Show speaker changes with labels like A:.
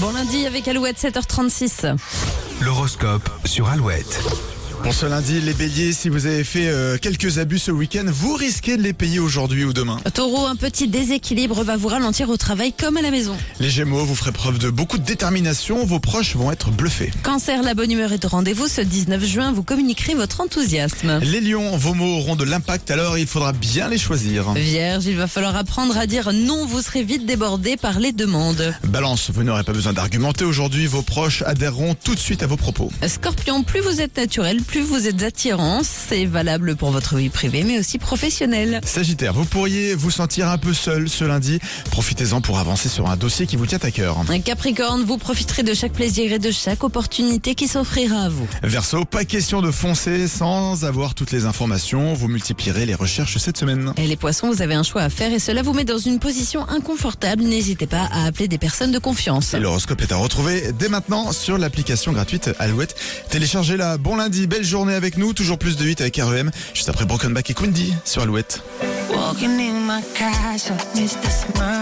A: Bon lundi avec Alouette 7h36.
B: L'horoscope sur Alouette.
C: Pour ce lundi, les béliers, si vous avez fait euh, quelques abus ce week-end, vous risquez de les payer aujourd'hui ou demain.
A: Taureau, un petit déséquilibre va vous ralentir au travail comme à la maison.
C: Les gémeaux, vous ferez preuve de beaucoup de détermination, vos proches vont être bluffés.
A: Cancer, la bonne humeur est de rendez-vous. Ce 19 juin, vous communiquerez votre enthousiasme.
C: Les lions, vos mots auront de l'impact, alors il faudra bien les choisir.
A: Vierge, il va falloir apprendre à dire non, vous serez vite débordé par les demandes.
C: Balance, vous n'aurez pas besoin d'argumenter aujourd'hui, vos proches adhéreront tout de suite à vos propos.
A: Scorpion, plus vous êtes naturel, plus vous êtes attirant. C'est valable pour votre vie privée mais aussi professionnelle.
C: Sagittaire, vous pourriez vous sentir un peu seul ce lundi, profitez-en pour avancer sur un dossier qui vous tient à cœur.
A: Capricorne, vous profiterez de chaque plaisir et de chaque opportunité qui s'offrira à vous.
C: Verseau, pas question de foncer sans avoir toutes les informations, vous multiplierez les recherches cette semaine.
A: Et les poissons, vous avez un choix à faire et cela vous met dans une position inconfortable. N'hésitez pas à appeler des personnes de confiance.
C: Et l'horoscope est à retrouver dès maintenant sur l'application gratuite Alouette. Téléchargez-la. Bon lundi, belle journée avec nous. Toujours plus de 8 avec E REM. Juste après Broken Back et Quindy sur Alouette.
D: Walking in my castle, Mr. Smile.